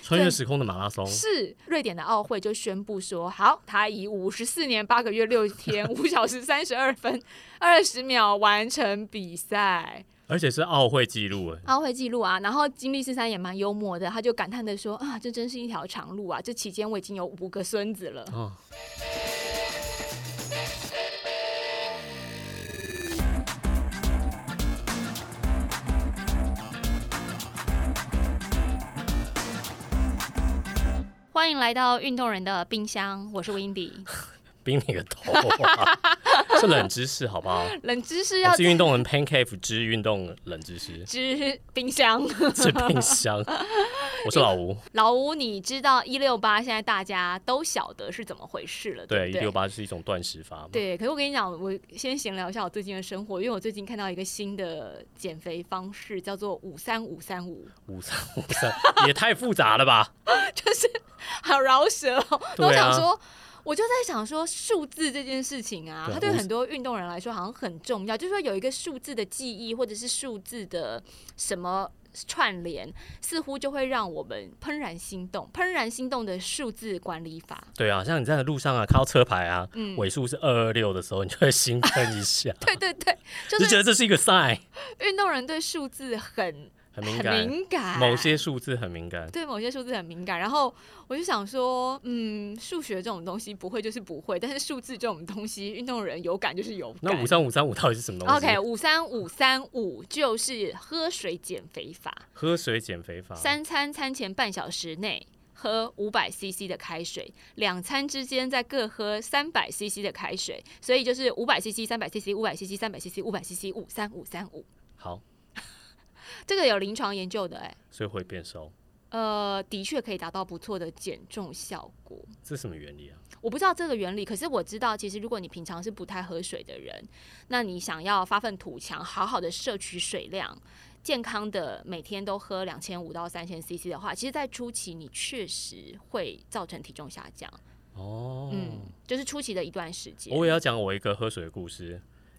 穿越时空的马拉松，是瑞典的奥会就宣布说，好，他以五十四年八个月六天五小时三十二分 二十秒完成比赛，而且是奥会纪录哎。奥会纪录啊。然后金立四三也蛮幽默的，他就感叹的说啊，这真是一条长路啊，这期间我已经有五个孙子了。哦， 欢迎来到运动人的冰箱，我是 Windy。冰你个头啊！是冷知识好不好？ 冷知识 要，我是运动人 Pancake 之运动冷知识 知冰箱。 是冰箱。我是老吴，老吴，你知道一六八现在大家都晓得是怎么回事了，对，不一对？六八是一种断食法嘛。对，可是我跟你讲，我先闲聊一下我最近的生活，因为我最近看到一个新的减肥方式，叫做五三五三五， 五三五三也太复杂了吧？就是好饶舌哦。那我对啊想说，我就在想说，数字这件事情啊，对它对五很多运动人来说好像很重要，就是说有一个数字的记忆，或者是数字的什么。串联似乎就会让我们怦然心动，怦然心动的数字管理法， 对啊，像你在路上啊，看到车牌啊，嗯，尾数是二二六的时候，你就会兴奋一下，对对对， 就就觉是得这是一个 sign，运动人对数字很很敏感，敏感某些数字很敏感。对某些数字很敏感，然后我就想说，嗯，数学这种东西不会就是不会，但是数字这种东西，运动人有感就是有感。那五三五三五到底是什么东西 OK，五三五三五就是喝水减肥法，喝水减肥法，三餐餐前半小时内。喝五百 CC 的开水，两餐之间再各喝三百 CC 的开水，所以就是五百 CC、三百 CC、五百 CC、三百 CC、五百 CC、五三五三五，好，这个有临床研究的、欸，所以会变瘦，呃，的确可以达到不错的减重效果。这是什么原理啊？我不知道这个原理，可是我知道，其实如果你平常是不太喝水的人，那你想要发愤图强，好好的摄取水量，健康的每天都喝两千五到三千 CC 的话，其实，在初期你确实会造成体重下降，哦，嗯，就是初期的一段时间，我也要讲我一个喝水的故事，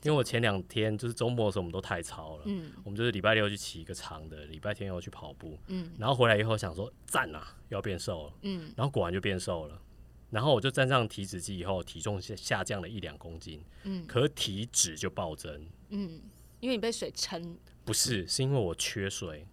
因为我前两天就是周末的时候，我们都太超了。嗯我们就是礼拜六去骑一个长的，礼拜天又去跑步，嗯然后回来以后想说赞啊，又要变瘦了，嗯，然后果然就变瘦了。然后我就站上体脂机以后，体重下下降了一两公斤，嗯可是体脂就暴增，因为你被水撑，不是，是因为我缺水，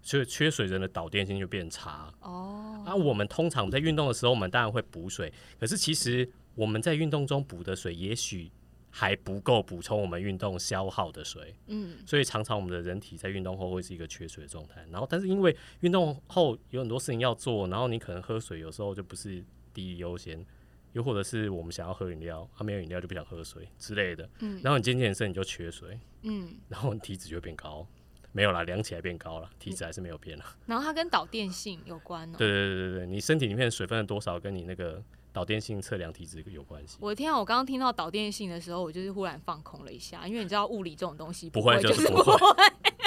所以缺水人的导电性就变差。哦，啊，我们通常在运动的时候，我们当然会补水，可是其实我们在运动中补的水，也许还不够补充我们运动消耗的水，嗯所以常常我们的人体在运动后会是一个缺水的状态。然后，但是因为运动后有很多事情要做，然后你可能喝水有时候就不是第一优先。又或者是我们想要喝饮料，啊没有饮料就不想喝水之类的，嗯然后你渐渐身你就缺水，嗯，然后你体脂就会变高，没有啦，量起来变高了，体脂还是没有变啦。然后它跟导电性有关哦。对对对对对，你身体里面的水分的多少跟你那个导电性测量体脂有关系。我的天啊！我刚刚听到导电性的时候，我就是忽然放空了一下，因为你知道物理这种东西不会会就是是不会。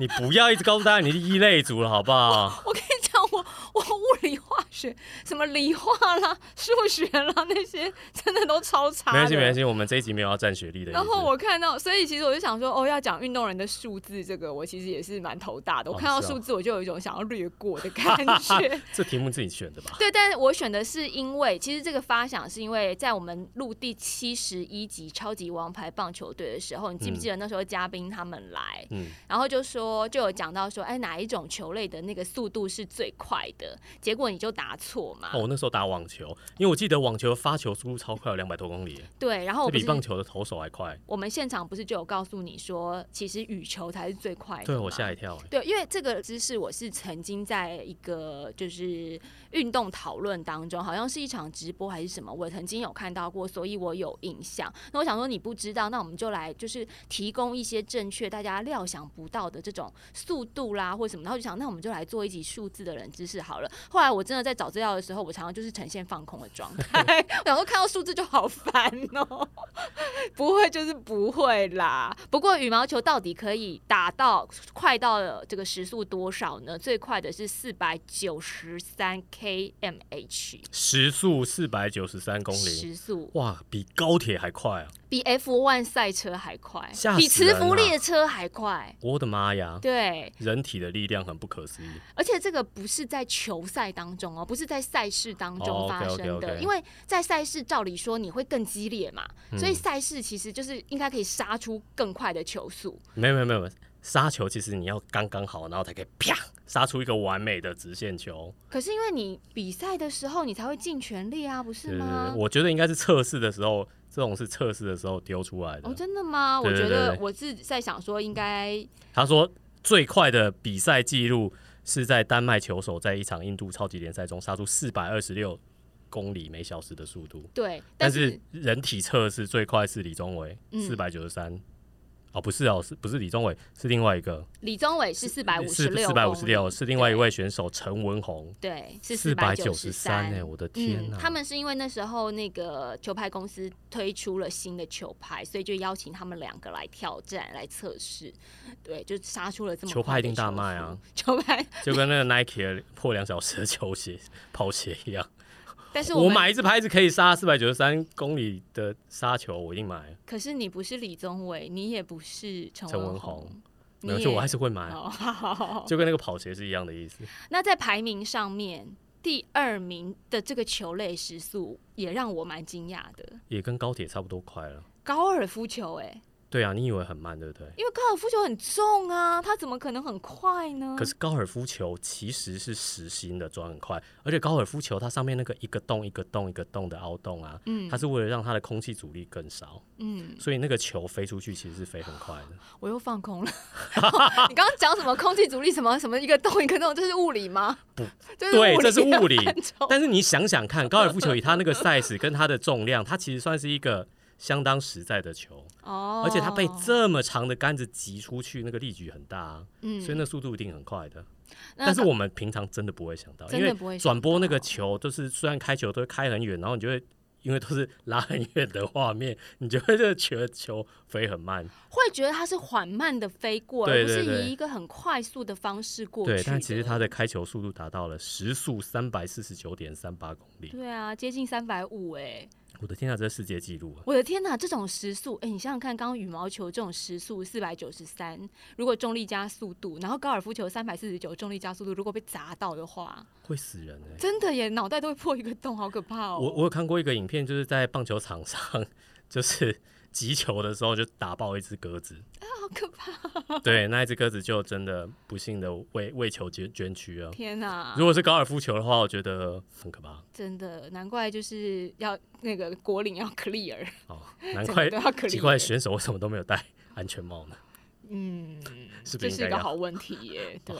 你不要一直告诉大家你是一类组了，好不好？我跟你讲，我我物理、化学、什么理化啦、数学啦那些，真的都超差没的。关系，没关系，我们这一集没有要占学历的意思。然后我看到，所以其实我就想说，哦，要讲运动人的数字，这个我其实也是蛮头大的。我哦看到是哦数字，我就有一种想要略过 的感觉。这题目自己选的吧？对，但我选的是因为，其实这个发想是因为在我们录第七十一集《超级王牌棒球队》的时候，你记不记得那时候嘉宾他们来，嗯，然后就说就有讲到说，哎，哪一种球类的那个速度是最快的？结果你就答错嘛。哦，我那时候打网球，因为我记得网球发球速度超快，有两百多公里耶，对，然后这哦我不比是棒球的投手还快。我们现场不是就有告诉你说，其实羽球才是最快的。对我吓。一跳，哎，对，因为这个知识我是曾经在一个就是运动讨论当中，好像是一场直播还是什么，我曾经有看到过，所以我有印象。那我想说你不知道，那我们就来就是提供一些正确大家料想不到的这种速度啦或什么，然后就想那我们就来做一集数字的冷知识好了。后来我真的在找资料的时候，我常常就是呈现放空的状态， 然后看到数字就好烦哦、不会就是不会啦。不过羽毛球到底可以打到快到了这个时速多少呢？最快的是四百九十三 kmh 时速四百九十三公里，时速，哇，比高铁还快啊！比 F1 赛车还快吓，比死磁人浮了列车还快。我的妈呀！对，人体的力量很不可思议，而且这个不是在球赛当中哦，不是在赛事当哦中，OK，发生的 OK，OK 因为在赛事照理说你会更激烈嘛，嗯所以赛事其实就是应该可以杀出更快的球速。没有没有没有，杀球其实你要刚刚好，然后才可以啪杀出一个完美的直线球。可是因为你比赛的时候你才会尽全力啊，不是吗？我觉得应该是测试的时候，这种是测试的时候丢出来的。哦，真的吗？对对我觉对得对我是在想说，应该他说最快的比赛记录是在丹麦球手在一场印度超级联赛中杀出四百二十六公里每小时的速度，对，但是是人体测试最快是李宗伟嗯四百九十三。哦，不是哦，是不是李宗伟？是另外一个，李宗伟是四百五十是六，四百五十六，是另外一位选手陈文宏，对，是四百百九十十三。哎，我的天嗯哪！，他们是因为那时候那个球拍公司推出了新的球拍，所以就邀请他们两个来挑战、来测试。对，就杀出了这么球拍快的一定大球卖速啊！球 拍，就跟那个 Nike 的破两小时的球鞋跑鞋一样，但是我们买一只拍子可以杀四百九十三公里的杀球，我一定买。可是你不是李宗伟，你也不是陈陈文文宏宏，没有，你就也我还是会买，哦，好好好 就跟那个跑鞋是一样的意思。那在排名上面，第二名的这个球类时速也让我蛮惊讶的，也跟高铁差不多快了。高尔夫球哎、对啊，你以为很慢，对不对？因为高尔夫球很重啊，它怎么可能很快呢？可是高尔夫球其实是实心的，转很快，而且高尔夫球它上面那个一个洞一个洞一个洞的凹洞啊，嗯它是为了让它的空气阻力更少，嗯，所以那个球飞出去其实是飞很快的。我又放 空了。你刚刚讲什么空气阻力什么什么一个洞一个洞，这是物理吗？不， 这对物理这是物理的范畴但是你想想 看，高尔夫球以它那个 size 跟它的重量，它其实算是一个相当实在的球，哦，而且它被这么长的杆子击出去，那个力矩很大、啊，嗯所以那速度一定很快的。那但是我们平常真的不会想到，真因的为不会想转播那个到球，就是虽然开球都会开很远，然后你就会。因为都是拉很远的画面，你就会这个球球飞很慢，会觉得它是缓慢的飞过，对而不对是对以一个很快速的方式过去对的。。但其实它的开球速度达到了时速三百四十九点三八公里，对啊，接近三百五哎，我的天啊，这是世界纪录啊！我的天哪，这种时速，哎、你想想看，刚刚羽毛球这种时速四百九十三，如果重力加速度，然后高尔夫球三百四十九重力加速度，如果被砸到的话，会死人哎、真的耶，脑袋都会破一个洞，好可怕哦！我我有看过一个影片，就是在棒球场上， 就是击球的时候就打爆一只鸽子， 好可怕，对，那一只鸽子就真的不幸的为为球捐捐躯了。天啊哪如！果是高尔夫球的话，我觉得很可怕真的，难怪就是要那个果岭要 clear， 哦，难整怪个都要 clear。奇怪选手为什么都没有戴安全帽 呢？嗯，是不这是是一应个该要 哦好问题耶。对，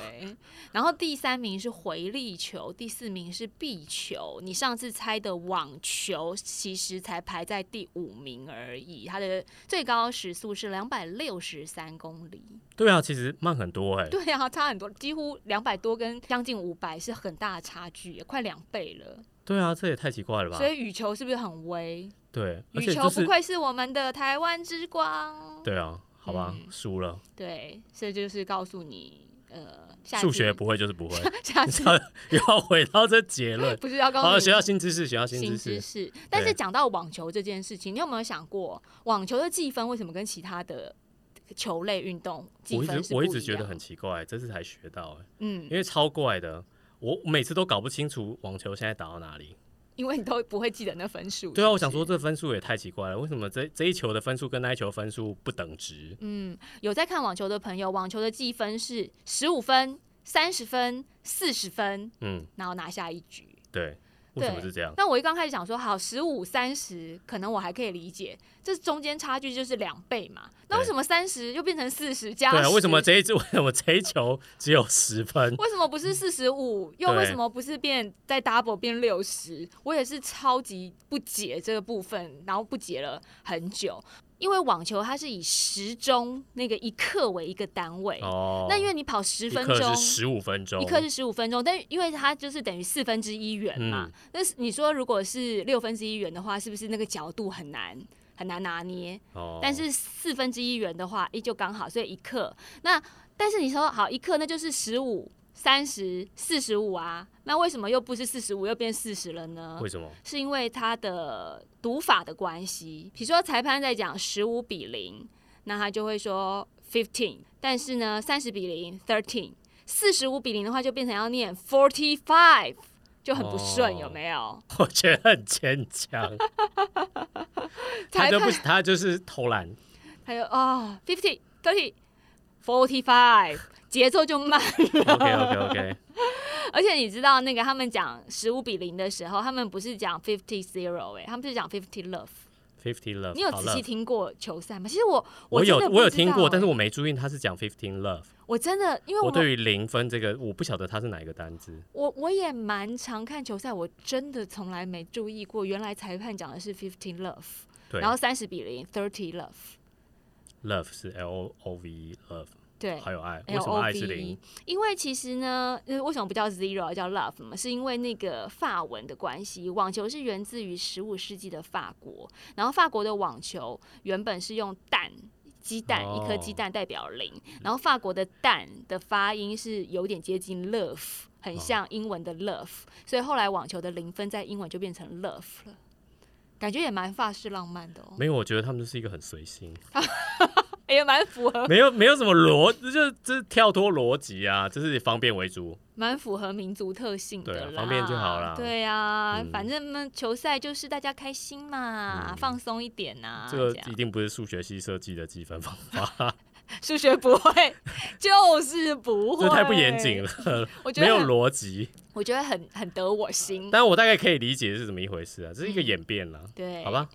然后第三名是回力球，第四名是壁球。你上次猜的网球其实才排在第五名而已，它的最高时速是两百六十三公里。对啊，其实慢很多哎、对啊，差很多，几乎两百多跟将近五百是很大的差距耶，快两倍了。对啊，这也太奇怪了吧所？以羽球是不是很威？对，而羽且球就不是愧是我们的台湾之光。对啊，好吧，嗯输了，对，所以就是告诉你，呃，下一数次学不会就是不会， 下你次知道又要回到这结 论。不是要告好，诉学你到新知识，学到新新知识。知识。但是对讲到网球这件事情，你有没有想过，网球的计分为什么跟其他的球类运动计我一分直是我一不直一觉得样很奇怪，这次才学到哎、嗯，因为超怪的，我每次都搞不清楚网球现在打到哪里。因为你都不会记得那分数。对啊，是不我想说是。这分数也太奇怪了，为什么这这一球的分数跟那一球分数不等值？嗯，有在看网球的朋友，网球的计分是十五分、三十分、四十分，嗯，然后拿下一局。对，为什么对是这样？那我一刚开始想说，好，十五、三十，可能我还可以理解，这中间差距就是两倍嘛。那为对什么三十又变成四十加？对啊，为什么这一支 为什么这一球只有十分？为什么不是四十五？又嗯对为什么不是变在 double 变六十？我也是超级不解这个部分，然后不解了很久。因为网球它是以时钟那个一刻为一个单位，哦，那因为你跑十一分颗钟是。十五分钟，一刻是十五分钟，但因为它就是等于四分之一元嘛嗯。那、是你说如果是六分之一元的话，是不是那个角度很难很难拿捏？哦，但是四分之一元的话，依旧刚好，所以一克。那但是你说好一克，那就是十五、三十、四十五啊，那为什么又不是四十五，又变四十了呢？为什么？ 是因为它的读法的关系。比如说裁判在讲十五比零，那他就会说 fifteen，但是呢，三十比零 thirteen，四十五比零的话就变成要念 forty five，就很不顺，哦有没有？我觉得很牵 强，他裁就判不他就是偷 懒，还有啊 fifty thirty forty five，节奏就慢 OK OK OK，而且你知道那个他们讲十五比零的时候，他们不是讲 fifty zero 哎，他们是讲 fifty love。 Fifteen Love，你有好仔细 love 听过球赛吗？其实我我有真的不我有知听过，道但是欸我没注意他是讲 Fifteen Love。我真的因为我我对于零分这个，我不晓得它是哪一个单字。我我也蛮常看球赛，我真的从来没注意过，原来裁判讲的是 fifteen love，对然后三十比零 thirty love， ，love 是 L O O V E love，对。还有爱，为 L 什么 O 爱 V，是零？因为其实呢，呃为什么不叫 zero 叫 love 嘛？是因为那个法文的关系，网球是源自于十五世纪的法国，然后法国的网球原本是用蛋。鸡蛋哦一颗鸡蛋代表零，然后法国的蛋的发音是有点接近 love，很像英文的 love，、所以后来网球的零分在英文就变成 love 了，感觉也蛮法式浪漫的哦， 没有，我觉得他们就是一个很随心，哎也蛮符合没有没有什么逻，就是就是跳脱逻辑啊，就是方便为主。蛮符合民族特性对的啊啦，方便就好啦对啊，嗯反正呢，球赛就是大家开心嘛，嗯放松一点呐、这个啊样一定不是数学系设计的计分方法， 数学不会， 就是不会，这太不严谨。了，我觉没得嗯有很逻辑。我觉得很很得我心。但我大概可以理解是怎么一回事啊，这是一个演变啦，嗯对，好。吧？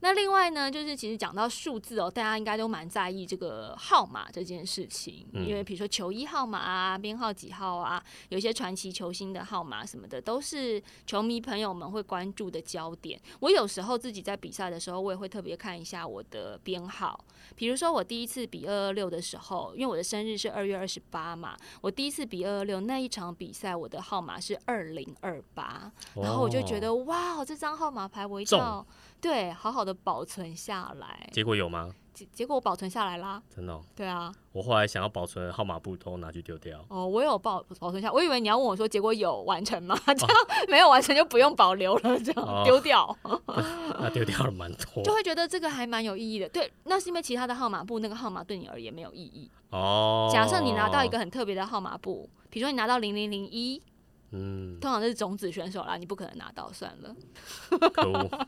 那另外呢，就是其实讲到数字哦，大家应该都蛮在意这个号码这件事情，嗯因为比如说球衣号码啊、编号几号啊，有一些传奇球星的号码什么的，都是球迷朋友们会关注的焦点。我有时候自己在比赛的时候，我也会特别看一下我的编号。比如说我第一次比二二六的时候，因为我的生日是二月二十八嘛，我第一次比二二六那一场比赛，我的号码是二零二八。然后我就觉哦，得哇，这张号码牌我一定中要对好好的保存下来。结果有吗？结结果我保存下来啦，真的哦、对啊，我后来想要保存的号码簿都拿去丢掉。哦，我有保保存下，我以为你要问我说结果有完成吗？ 这样、没有完成就不用保留了，这哦样 丢掉。那丢掉了蛮多就会觉得这个还蛮有意义的，对，那是因为其他的号码簿那个号码对你而言没有意义。哦。假设你拿到一，个很特别的号码簿，比如说你拿到零零零一，嗯，通常这是种子选手啦，你不可能拿到，算了。可恶，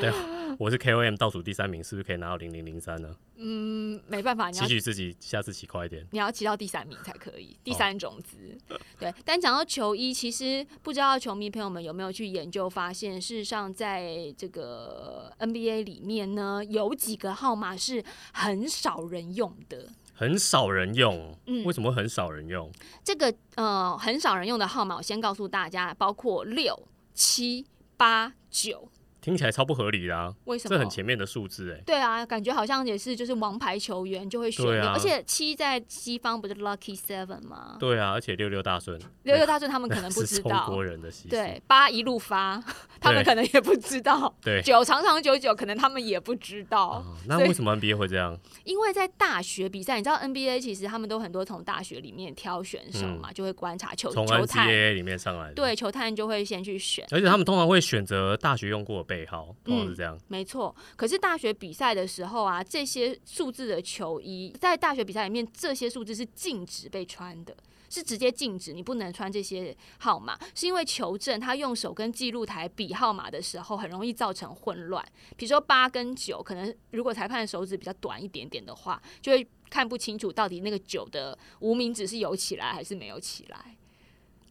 对，啊我是 KOM 倒数第三名，是不是可以拿到零零零三呢？嗯，没办法，你要期许自己下次骑快一点。你要骑到第三名才可以，第三种子。对， 但讲到球衣，其实不知道球迷朋友们有没有去研究发现，事实上在这个 NBA 里面呢，有几个号码是很少人用的。很少人用，嗯为什么会很少人用？这个呃，很少人用的号码，我先告诉大家，包括六、七、八、九，听起来超不合理的啊，为什么？这很前面的数字哎、对啊，感觉好像也是就是王牌球员就会选对用，啊而且七在西方不是 Lucky Seven 吗？对啊，而且六六大顺，六六大顺他嗯们可能不 是知中道，国人的习俗。对，八一路发，他们可能也不知道。对 九长长久久，可能他们也不知道，啊，那所以为什么 NBA 会这 样？因为在大学比赛，你知道 NBA 其实他们都很多从大学里面挑选手嘛，就会观察球从球探， NCAA 里面上来的。，对球探就会先去选。而且他们通常会选择大学用过的背号，通嗯常是这样。没错，可是大学比赛的时候啊，这些数字的球衣在大学比赛里面，这些数字是禁止被穿的，是直接禁止，你不能穿这些号码，是因为球证他用手跟记录台比号码的时候，很容易造成混乱。比如说八跟九，可能如果裁判的手指比较短一点点的话，就会看不清楚到底那个九的无名指是有起来还是没有起来。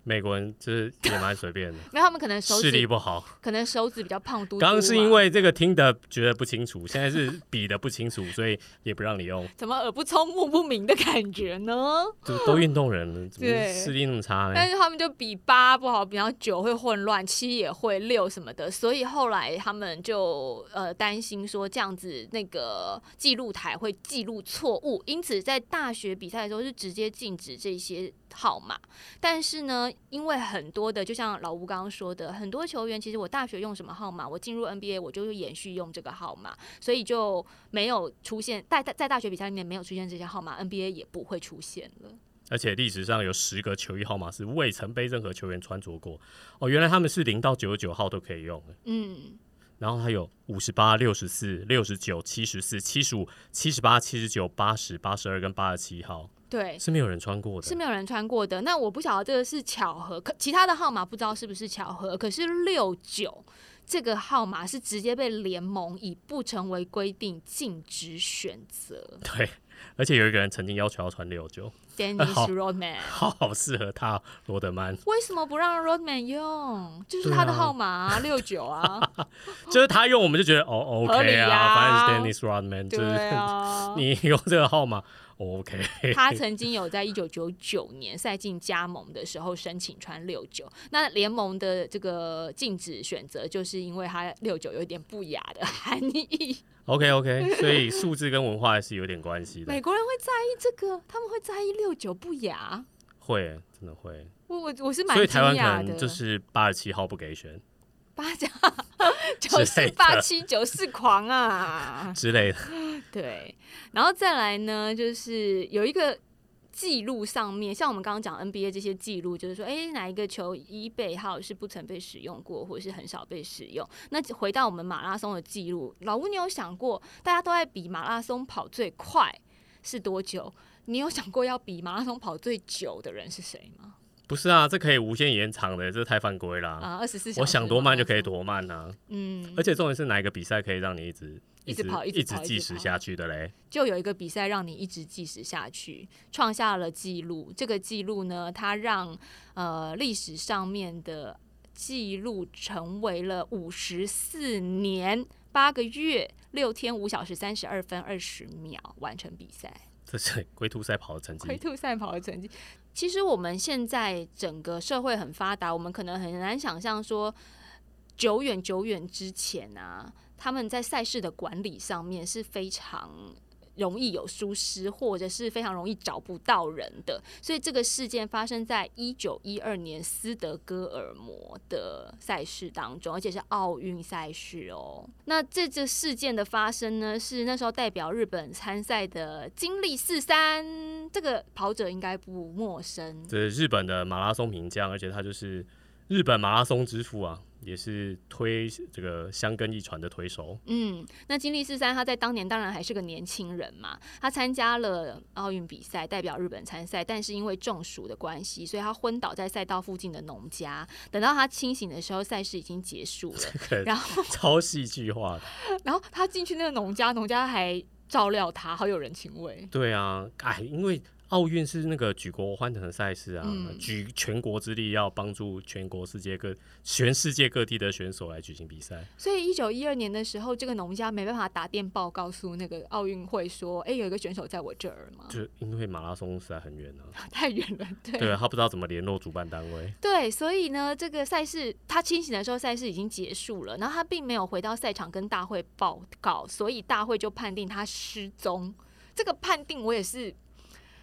美国人就是也蛮随便的，没有，他们可能手视力指不好。可能手指比较胖嘟嘟啊。刚刚是因为这个听的觉得不清楚，现在是比的不清楚，所以也不让你用。怎么耳不聪目不明的感觉呢？ 就都运动人了，怎么对视力那么差但呢？是他们就比八不好，比较九会混乱，七也会六什么的，所以后来他们就呃担心说这样子那个记录台会记录错误，因此在大学比赛的时候是直接禁止这些号码。但是呢，因为很多的就像老吴刚刚说的，很多球员其实我大学用什么号码，我进入 NBA 我就延续用这个号码，所以就没有出现在在大学比赛里面没有出现这些号码，NBA 也不会出现了。而且历史上有十个球衣号码是未曾被任何球员穿着过。哦，原来他们是零到九十九号都可以用的。嗯，然后还有五十八、六十四、六十九、七十四、七十五、七十八、七十九、八十、八十二跟八十七号对，是没有人穿过是的。没有人穿过的。那我不晓得这个是巧合，可其他的号码不知道是不是巧合。可是六九这个号码是直接被联盟以不成为规定禁止选择。对，而且有一个人曾经要求要穿六九，Dennis 好 Rodman 好好适合他哦罗德曼，为什么不让 Rodman 用？就是对他的啊号码六 九啊，就是他用我们就觉得哦合理 OK 啊，啊反正是 Dennis Rodman，就是、对啊。你 用这个号码、哦 OK， 他曾经有在一九九九年赛季加盟的时候申请穿六九，那联盟的这个禁止选择，就是因为他六九有点不雅的含义。 OK OK，所以数字跟文化还是有点关系美的，国人会在意这个，他们会在意六九不雅。会真的会，我我我是蛮所以惊台湾可讶的，能就是八十七号不给选八加九之类四的八七九四狂啊，之类的。对，然后再来呢，就是有一个记录上面，像我们刚刚讲 NBA 这些记录，就是说，诶，哪一个球衣背号是不曾被使用过，或者是很少被使用。那回到我们马拉松的记录，老吴，你有想过，大家都在比马拉松跑最快是多久？你有想过要比马拉松跑最久的人是谁吗？不是啊，这可以无限延长的，这太犯规啦。啊，二十四小时，我想多慢就可以，多慢啊！嗯而，且重点是哪一个比赛可以让你一直一直跑一一直直跑一直计时跑下去的嘞？就有一个比赛让你一直计时下去，创下了纪录。这个纪录呢，它让呃历史上面的纪录成为了五十四年八个月六天五小时三十二分二十秒完成比赛。这是 龟兔赛跑的成龟绩。兔赛跑的成绩。其实我们现在整个社会很发达，我们可能很难想象说，久远久远之前啊，他们在赛事的管理上面是非常。容易有疏失，或者是非常容易找不到人的，所以这个事件发生在一九一二年斯德哥尔摩的赛事当中，而且是奥运赛事哦。那这这事件的发生呢，是那时候代表日本参赛的金立四三，这个跑者应该不陌生。这是日本的马拉松名将，而且他就是日本马拉松之父啊，也是推这个香根一传的推手。 嗯，那金立四三他在当年当然还是个年轻人嘛，他参加了奥运比赛，代表日本参赛，但是因为中暑的关系，所以他昏倒在赛道附近的农家。等到他清醒的时候，赛事已经结束了。 这个然后，超戏剧化的。然后他进去那个农家，农家还照料他，好有人情味。对啊，哎，因为奥运是那个举国欢腾的赛事啊，嗯举全国之力要帮助全国世界各全世界各地的选手来举行比赛。所以一九一二年的时候，这个农家没办法打电报告诉那个奥运会说，哎，有一个选手在我这儿嘛，就因为马拉松实在很 远啊，太远了，对。对啊，他不知道怎么联络主办单位。对，所以呢，这个赛事他清醒的时候，赛事已经结束了，然后他并没有回到赛场跟大会报告，所以大会就判定他失踪。这个判定我也是，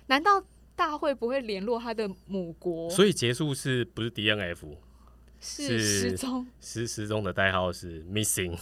难道大会不会联络他的母国？所以结束是不是 DNF？是是失踪， 失失踪的代号是 missing，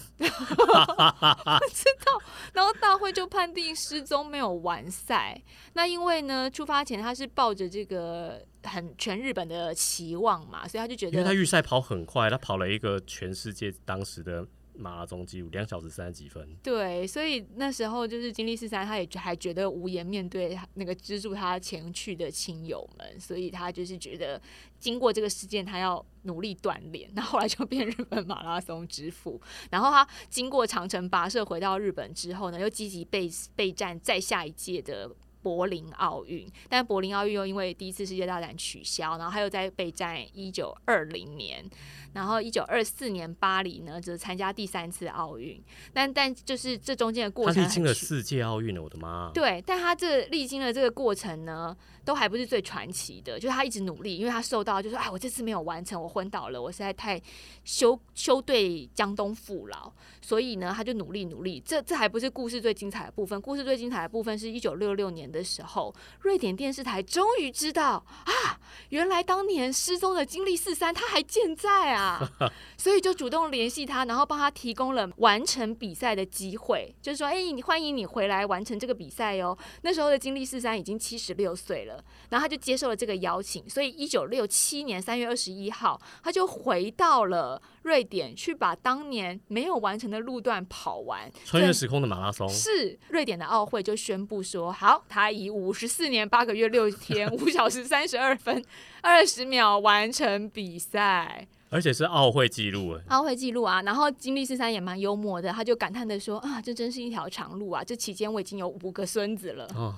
然后大会就判定失踪没有完赛。那因为呢，出发前他是抱着这个很全日本的期望嘛，所以他就觉因为他得预赛跑很快，他跑了一个全世界当时的马拉松纪录，两小时三十几分。对，所以那时候就是金立四三，他也还觉得无颜面对那个资助他前去的亲友们，所以他就是觉得经过这个事件，他要努力锻炼。 那后来就变日本马拉松之父。然后他经过长城跋涉回到日本之后呢，又积极备备战在下一届的。柏林奥运，但柏林奥运又因为第一次世界大战取消，然后他又在备战一九二零年，然后一九二四年巴黎呢，则参加第三次奥运。但但就是这中间的过他历程很曲经了世界奥运了，我的妈！啊对，但他这历经了这个过程呢，都还不是最传奇的，就是他一直努力，因为他受到就是哎，我这次没有完成，我昏倒了，我实在太羞羞对江东父老，所以呢，他就努力努力。这这还不是故事最精彩的部分，故事最精彩的部分是一九六六年年的时候，瑞典电视台终于知道啊，原来当年失踪的金立四三他还健在啊，所以就主动联系他，然后帮他提供了完成比赛的机会，就是说，哎、你欢迎你回来完成这个比赛哦。那时候的金立四三已经七十六岁了，然后他就接受了这个邀请，所以一九六七年三月二十一号，他就回到了瑞典，去把当年没有完成的路段跑完。穿越时空的马拉松，是瑞典的奥会就宣布说，好，他以五十四年八个月六天五小时三十二分二十秒完成比赛，而且是奥会纪录哎，奥会纪录啊。然后金立四三也蛮幽默的，他就感叹的说啊，这真是一条长路啊，这期间我已经有五个孙 子了。哦，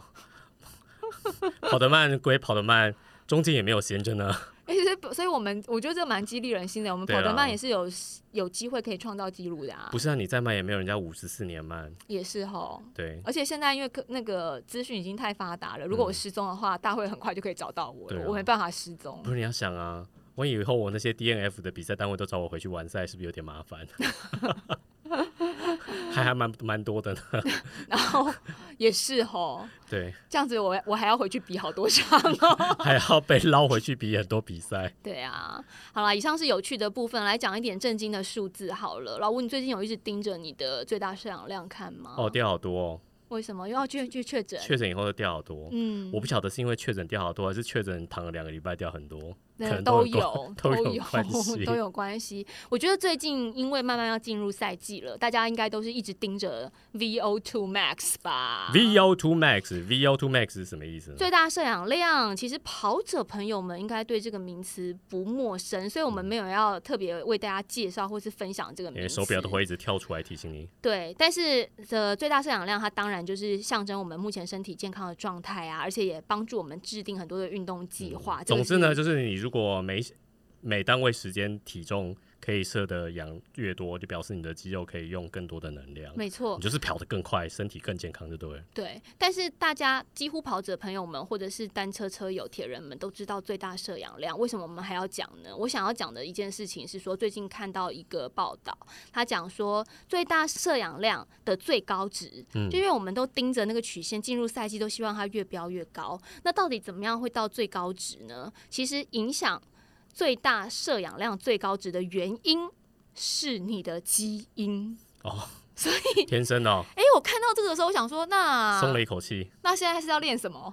跑得慢归跑得慢，中间也没有闲着呢。哎、所以所以我们我觉得这蛮激励人心的，我们对跑得啦慢也是有有机会可以创造纪录的啊不，是啊，你再慢也没有人家五十四年慢。也是吼。对，而且现在因为科那个资讯已经太发达了，如果我嗯失踪的话，大会很快就可以找到我了，对啊我没办法失踪 不。是你要想啊，万一以后我那些 DNF 的比赛单位都找我回去完赛，是不是有点麻烦？ 还还蛮蛮多的呢。然后也是吼，对，这样子我我还要回去比好多场哦。还要被捞回去比很多比赛。对啊，好啦，以上是有趣的部分，来讲一点震惊的数字好了。老吴，你最近有一直盯着你的最大摄氧量看吗？哦，掉好多哦，为什么又要去去确诊？确诊以后就掉好多。嗯我不晓得是因为确诊掉好多，还是确诊躺了两个礼拜掉很多，可那能有都有关都有有 关系都有关系。我觉得最近因为慢慢要进入赛季了，大家应该都是一直盯着 VO2 max 吧 VO2 max，VO2 max 是什么意思呢？啊最大摄氧量，其实跑者朋友们应该对这个名词不陌生，所以我们没有要特别为大家介绍或是分享这个因名为词。手表都会一直跳出来提醒你。对，但是呃，最大摄氧量它当然就是象征我们目前身体健康的状态啊，而且也帮助我们制定很多的运动计划。这嗯总个之呢，是就是你如果每每单位时间体重可以设的氧越多，就表示你的肌肉可以用更多的能量，没错嗯你，就是跑得更快，身体更健康，就对了。对，但是大家几乎跑者朋友们，或者是单车车友、铁人们都知道最大摄氧量，为什么我们还要讲呢？我想要讲的一件事情是说，最近看到一个报道，他讲说最大摄氧量的最高值，嗯就因为我们都盯着那个曲线，进入赛季都希望它越飙越高。那到底怎么样会到最高值呢？其实影响最大摄氧量最高值的原因是你的基因。哦天生哦，诶，我看到这个的时候，我想说，那松了一口气。 那现在是要练什么？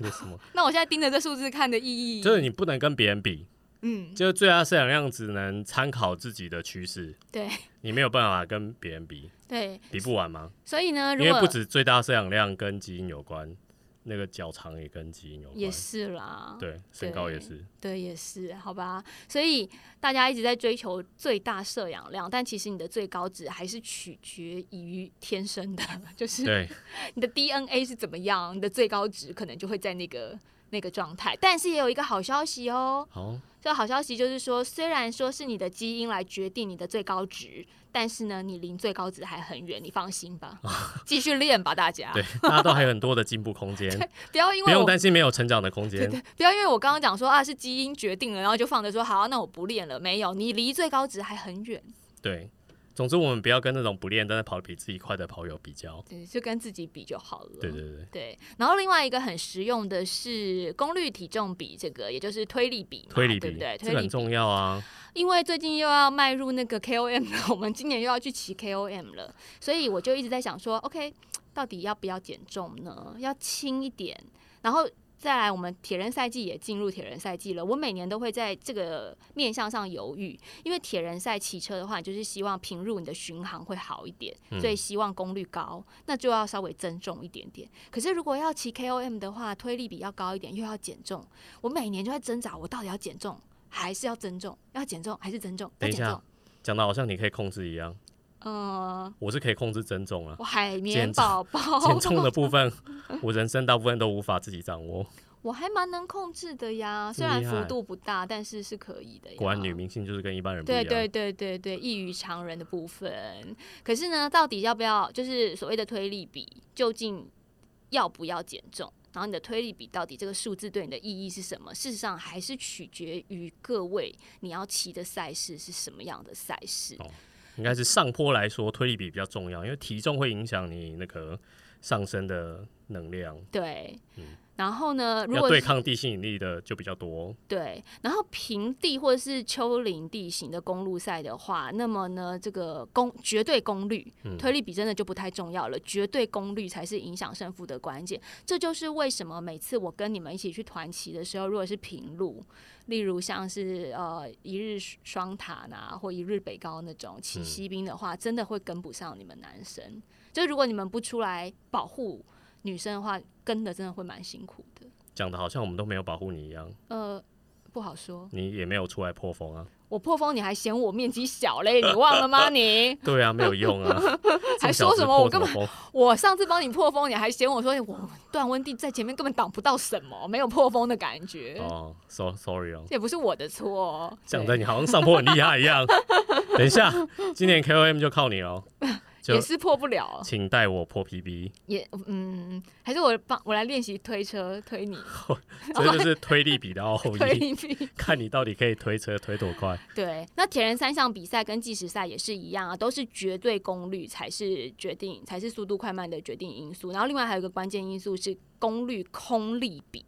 那什么，那我现在盯着这数字看的意义，就是你不能跟别人比，嗯，就是最大摄氧量只能参考自己的趋势，对你没有办法跟别人比，对，比不完吗？所以呢，因如为不果止最大摄氧量跟基因有关，那个脚长也跟基因有也关，是啦，对，身高也对 是。对，也是，好吧。所以大家一直在追求最大摄氧量，但其实你的最高值还是取决于天生的， 就是对，你的 DNA 是怎么样，你的最高值可能就会在那个那个状态。但是也有一个好消息哦，好，这好消息就是说，虽然说是你的基因来决定你的最高值，但是呢，你离最高值还很远，你放心 吧，继续练吧，大家。对，大家都还有很多的进步空间，不要 因不为用我担心没有成长的空间。不要因为我刚刚讲说啊是基因决定了，然后就放着说好、那我不练了。没有，你离最高值还很远，对，总之我们不要跟那种不练但是跑得比自己快的跑友比较。对，就跟自己比就好了。对对对，对然后另外一个很实用的是功率体重比，这个也就是推力比嘛，推理对比不对？这推个很力比，重要啊。因为最近又要迈入那个 KOM 了，我们今年又要去骑 KOM 了，所以我就一直在想说，OK，到底要不要减重呢？要轻一点，然后。再来，我们铁人赛季也进入铁人赛季了。我每年都会在这个面向上犹豫，因为铁人赛骑车的话，你就是希望平入你的巡航会好一点，嗯所以希望功率高，那就要稍微增重一点点。可是如果要骑 KOM 的话，推力比要高一点，又要减重，我每年就在挣扎，我到底要减重还是要增重？要减重还是增重？要等一减下重？，讲的好像你可以控制一样，嗯，我是可以控制增重啊。我海绵减重宝减宝，重的部分，我人生大部分都无法自己掌握。我还蛮能控制的呀，虽厉然幅害度不大，但是是可以的呀。果然女明星就是跟一般人不一对样。对对对对，异于常人的部分。可是呢，到底要不要就是所谓的推力比，究竟要不要减重？然后你的推力比到底这个数字对你的意义是什么？事实上还是取决于各位你要骑的赛事是什么样的赛事。哦应该是上坡来说推力比比较重要，因为体重会影响你那个上升的能量，对。嗯然后呢，如要果对是抗地心引力的就比较多。对，然后平地或者是丘陵地形的公路赛的话，那么呢，这个功绝对功率、嗯推力比真的就不太重要了，绝对功率才是影响胜负的关键。这就是为什么每次我跟你们一起去团骑的时候，如果是平路，例如像是呃一日双塔呐、或一日北高那种骑嗯西兵的话，真的会跟不上你们男生。就如果你们不出来保护女生的话，跟的真的会蛮辛苦的。讲的好像我们都没有保护你一样，呃，不好说。你也没有出来破风啊。我破风你还嫌我面积小嘞？你忘了吗 你？对啊，没有用 啊。还这说小子什么我破根本风？我上次帮你破风，你还嫌我说我段温地在前面根本挡不到什么，没有破风的感觉，哦，so sorry 哦，这也不是我的错、哦。讲的你好像上坡很厉害一样。 等一下，今年 KOM 就靠你了，对就也是破不了，请带我破 PB，也嗯，还是我帮我来练习推车推你这就是推力比的奥推义，你 比。看你到底可以推车推多快。对，那铁人三项比赛跟计时赛也是一样啊，都是绝对功率才是决定，才是速度快慢的决定因素。然后另外还有一个关键因素是功率空力比，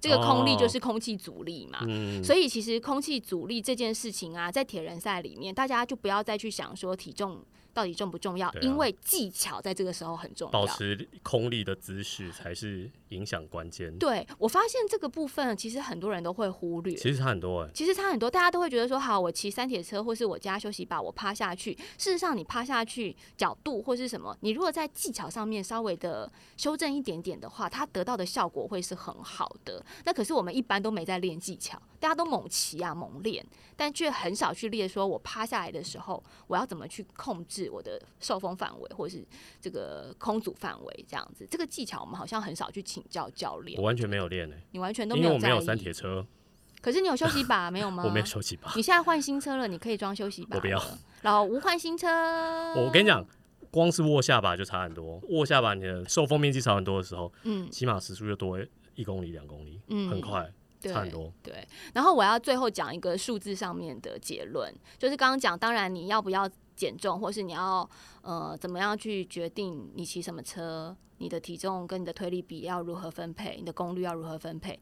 这个空力哦就是空气阻力嘛。嗯，所以其实空气阻力这件事情啊，在铁人赛里面，大家就不要再去想说体重到底重不重要，对啊因为技巧在这个时候很重保要。持空力的姿势才是影响关键。对我发现这个部分，其实很多人都会忽略。其实差很多哎、其实差很多，大家都会觉得说，好，我骑三铁车或是我家休息吧，我趴下去。事实上，你趴下去角度或是什么，你如果在技巧上面稍微的修正一点点的话，它得到的效果会是很好的。那可是我们一般都没在练技巧，大家都猛骑啊猛练，但却很少去练说我趴下来的时候，我要怎么去控制我的受风范围或是这个空阻范围这样子。这个技巧我们好像很少去请教教练我，完全没有练哎、你完全都因为我没在有三意。铁车，可是你有休息吧？没有吗？ 我没有休息吧。 你现在换新车了，你可以装休息吧。我不要。老吴换新车。啊我跟你，讲，光是握下巴就差很多，握下巴你的受风面积少很多的时候，嗯起码时速就多一公里、两公里，嗯，很快，对，差很多。对，然后我要最后讲一个数字上面的结论，就是刚刚讲，当然你要不要减重，或是你要呃怎么样去决定你骑什么车，你的体重跟你的推力比要如何分配，你的功率要如何分配，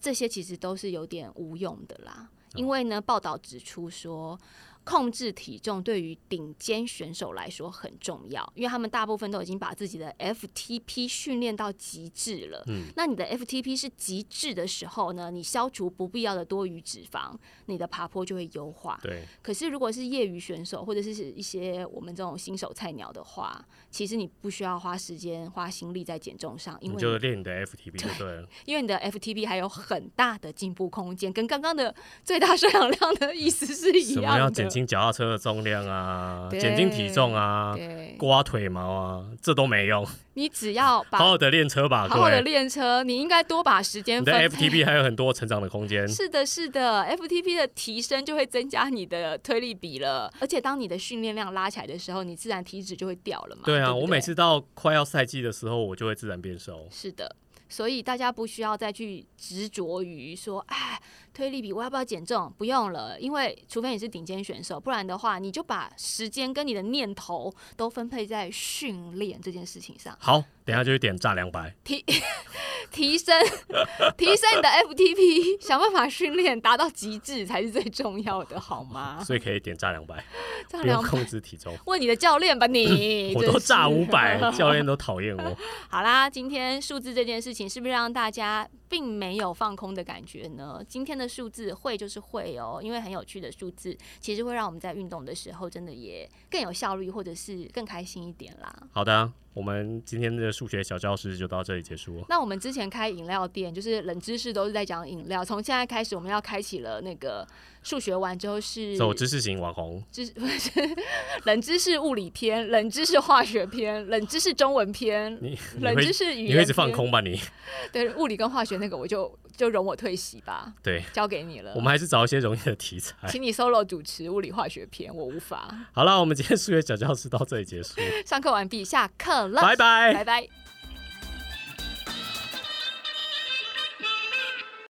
这些其实都是有点无用的啦。因为呢，报道指出说，控制体重对于顶尖选手来说很重要，因为他们大部分都已经把自己的 FTP 训练到极致了。那你的 FTP 是极致的时候呢，你消除不必要的多余脂肪，你的爬坡就会优化。对，可是如果是业余选手或者是一些我们这种新手菜鸟的话，其实你不需要花时间花心力在减重上，因你为就你练你的 FTP 就对了。因为你的 FTP 还有很大的进步空间，跟刚刚的最大摄氧量的意思是一什样么的。要减轻脚踏车的重量啊，对减轻体重啊，对，刮腿毛啊，这都没用。你只要把好好的练车吧，好各好的位。练车，你应该多把时间你的分 FTP 还有很多成长的空间。是的，是的，FTP 的提升就会增加你的推力比了，而且当你的训练量拉起来的时候，你自然体脂就会掉了嘛。对对啊，不我对每次到快要赛季的时候，我就会自然变瘦。是的，所以大家不需要再去执着于说，哎，推力比我要不要减重？不用了，因为除非你是顶尖选手，不然的话，你就把时间跟你的念头都分配在训练这件事情上，好，等一下就去点炸两百。提升 提升你的 FTP，想办法训练达到极致才是最重要的，好吗？所以可以点炸两百，这样不用 两控制体重。问你的教练吧你， 我真都是炸五百， 教练都讨厌我。好啦，今天数字这件事情是不是让大家并没有放空的感觉呢？今天的数字会就是会哦，因为很有趣的数字，其实会让我们在运动的时候真的也更有效率，或者是更开心一点啦。好的，啊我们今天的数学小教室就到这里结束。那我们之前开饮料店，就是冷知识都是在讲饮料，从现在开始我们要开启了那个数学完之后是走知识型网红，知不是冷知识物理篇、冷知识化学篇、冷知识中文篇、你你冷会知识语你言会一直放篇空吧你？对，物理跟化学那个我就就容我退席吧，对，交给你了我。们还是找一些容易的题材。请你 solo 主持物理化学篇，我无法。好了，我们今天数学小教室到这里结束，上课完毕，下课了，拜拜拜。拜